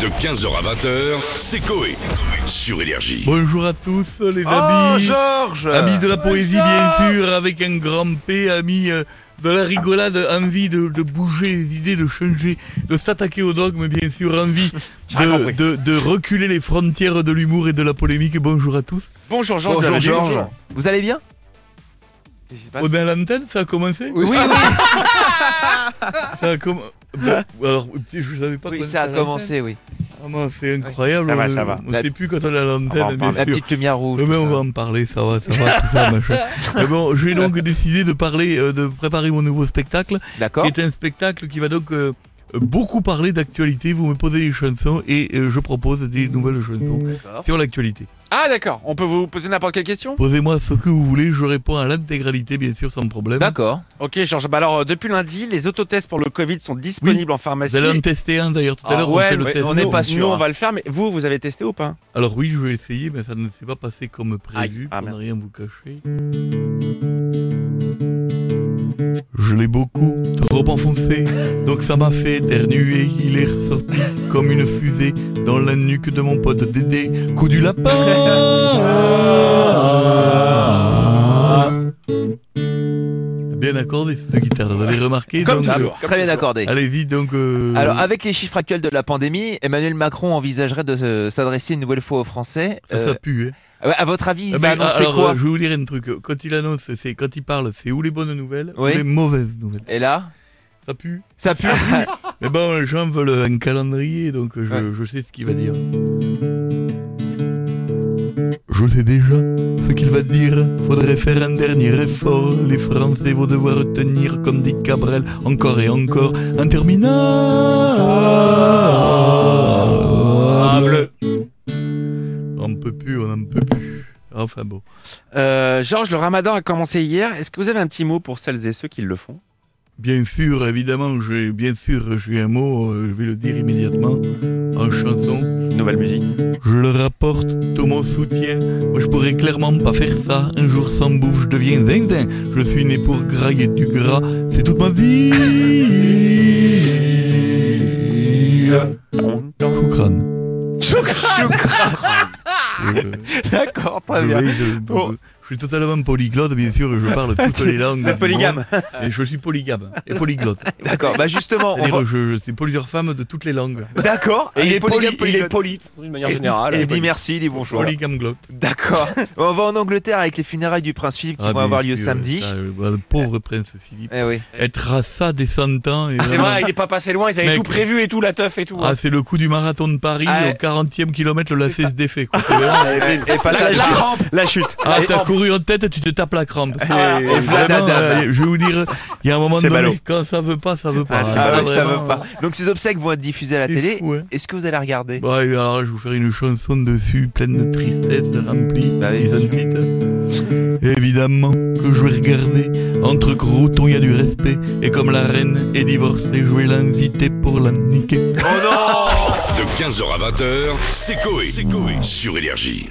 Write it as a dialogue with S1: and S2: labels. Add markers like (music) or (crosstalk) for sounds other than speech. S1: De 15h à 20h, c'est Coé. Sur Énergie.
S2: Bonjour à tous les
S3: Oh,
S2: amis,
S3: Georges
S2: amis de la poésie bien sûr, avec un grand P, amis euh, de la rigolade, envie de, de bouger les idées, de changer, de s'attaquer au dogme bien sûr,
S3: (laughs)
S2: envie de, de- de reculer les frontières de l'humour et de la polémique. Bonjour à tous.
S4: Bonjour Georges.
S3: Bonjour
S4: de la
S3: Georges.
S4: Ligue.
S3: Vous allez bien
S4: Qu'est-ce qui se
S2: On
S4: passe
S2: est à l'antenne, ça a commencé
S3: Oui,
S2: Ça a comm-
S3: (laughs)
S2: Bah, alors, je savais pas
S3: oui,
S2: qu'on
S3: ça a
S2: était à l'antenne.
S3: commencé, oui.
S2: Ah, moi, c'est incroyable.
S4: Ça va, ça va.
S2: On
S3: La-
S2: sait plus quand on est à l'antenne. (laughs) bien
S3: La
S2: sûr.
S3: petite lumière rouge.
S2: Eh ben,
S3: tout
S2: on
S3: ça.
S2: va en parler, ça va, ça va, tout ça,
S4: (laughs)
S2: machin. Mais bon, j'ai donc décidé de parler, euh, de préparer mon nouveau spectacle,
S3: D'accord.
S2: qui est un spectacle qui va donc euh, beaucoup parler d'actualité. Vous me posez des chansons et euh, je propose des nouvelles chansons sur l'actualité.
S4: Ah d'accord, on peut vous poser n'importe quelle question
S2: Posez-moi ce que vous voulez, je réponds à l'intégralité, bien sûr, sans problème.
S3: D'accord.
S4: Ok Georges, bah alors euh, depuis lundi, les autotests pour le Covid sont disponibles en pharmacie.
S2: Vous allez en tester un d'ailleurs tout à
S4: Ah,
S2: l'heure, on
S4: ouais,
S2: fait le
S4: mais
S2: test.
S4: on n'est pas
S3: Nous,
S4: sûr. Nous,
S3: hein.
S4: on va le faire, mais vous, vous avez testé ou pas
S2: Alors oui, je vais essayer, mais ça ne s'est pas passé comme prévu,
S4: Aïe. Ah,
S2: pour
S4: merde.
S2: ne rien vous cacher. Je l'ai beaucoup trop enfoncé, donc ça m'a fait éternuer. Il est ressorti comme une fusée dans la nuque de mon pote Dédé. Coup du
S4: (laughs)
S2: lapin Bien accordé cette guitare, vous avez remarqué
S4: Comme
S2: donc,
S4: toujours.
S3: Très bien accordé.
S2: euh, Allez-y donc... euh,
S3: Alors, avec les chiffres actuels de la pandémie, Emmanuel Macron envisagerait de euh, s'adresser une nouvelle fois aux Français.
S2: ça,
S3: Euh,
S2: ça pue, hein.
S3: ouais, à votre avis, il
S2: Ah
S3: va
S2: ben,
S3: annoncer
S2: alors,
S3: quoi
S2: euh, Je vais vous dire un truc. Quand il annonce, c'est quand il parle, c'est ou les bonnes nouvelles
S3: Oui.
S2: ou les mauvaises nouvelles.
S3: Et là,
S2: Ça
S3: (laughs)
S2: pue.
S3: ça pue.
S2: Mais bon, les gens veulent un calendrier, donc je,
S3: Ouais.
S2: je sais ce qu'il va dire. Je sais déjà ce qu'il va dire. Faudrait faire un dernier effort. Les Français vont devoir tenir, comme dit Cabrel, encore et encore, interminable.
S3: Ah,
S2: On peut plus, on en peut plus. Enfin bon.
S4: Euh, Georges, le ramadan a commencé hier. Est-ce que vous avez un petit mot pour celles et ceux qui le font
S2: Bien sûr, évidemment, j'ai bien sûr, j'ai un mot, euh, je vais le dire immédiatement en chanson.
S4: Nouvelle musique.
S2: Je le rapporte, tout mon soutien. Moi, je pourrais clairement pas faire ça. Un jour sans bouffe, je deviens zinzin. Je suis né pour grailler du gras. C'est toute ma vie. Choukran. Je,
S3: (laughs) D'accord, Ah, (laughs) très
S2: je
S3: bien.
S2: vais, je-
S3: Bon.
S2: je suis totalement polyglotte, bien sûr, et je
S3: (laughs)
S2: parle toutes les langues.
S4: Vous êtes
S2: du monde.
S4: polygame
S2: Et je suis polygame et polyglotte.
S3: D'accord. Bah justement, on
S2: C'est-à-dire,
S3: va-
S2: je, je sais plusieurs femmes de toutes les langues.
S3: d'accord.
S5: Et Ah, il, est poli,
S3: polygame, polyglotte.
S5: il est poli, d'une manière
S3: Et-
S5: générale.
S3: Et
S5: Il
S3: il
S5: est
S3: dit
S5: poli.
S3: merci, il dit bonjour.
S2: Polygame glotte.
S3: D'accord. on va en Angleterre avec les funérailles du prince Philippe qui
S2: Ah,
S3: vont
S2: mais
S3: avoir lieu
S2: sûr,
S3: samedi.
S2: ça, euh, voilà, le pauvre prince Philippe.
S3: Eh oui.
S2: Être à ça des 100 ans. et
S5: Ah, C'est
S2: vraiment-
S5: vrai, il est pas passé loin, ils avaient
S2: Mec.
S5: tout prévu et tout, la teuf et tout.
S2: Ah, c'est le coup du marathon de Paris,
S5: Ah,
S2: au 40e kilomètre, le lacet se défait. quoi.
S3: (laughs) Et, et pas
S5: la,
S3: la-
S5: la rampe
S4: La chute.
S2: Ah,
S3: Et-
S2: t'as couru en tête, tu te tapes la crampe. C'est-
S5: Ah,
S3: et
S2: vraiment,
S3: Vladadam.
S2: euh, je vais vous dire, il y a un moment
S3: C'est
S2: donné,
S3: ballot.
S2: quand ça veut pas, ça veut pas.
S4: Ah, c'est
S2: Hein,
S3: Ah
S2: là,
S3: oui, ça
S2: vraiment,
S3: veut pas. Donc ces obsèques vont être diffusées à la
S2: c'est
S3: télé.
S2: fou, hein.
S3: Est-ce que vous allez la regarder
S2: Bon, Bah, et alors là, je vais vous faire une chanson dessus, pleine de tristesse, remplie
S3: Bah oui,
S2: des
S3: bien sûr.
S2: antites. Évidemment que je vais regarder, entre croutons il y a du respect, et comme la reine est divorcée, je vais l'inviter pour la niquer.
S1: De 15h à 20h, c'est Coé. Sur Énergie.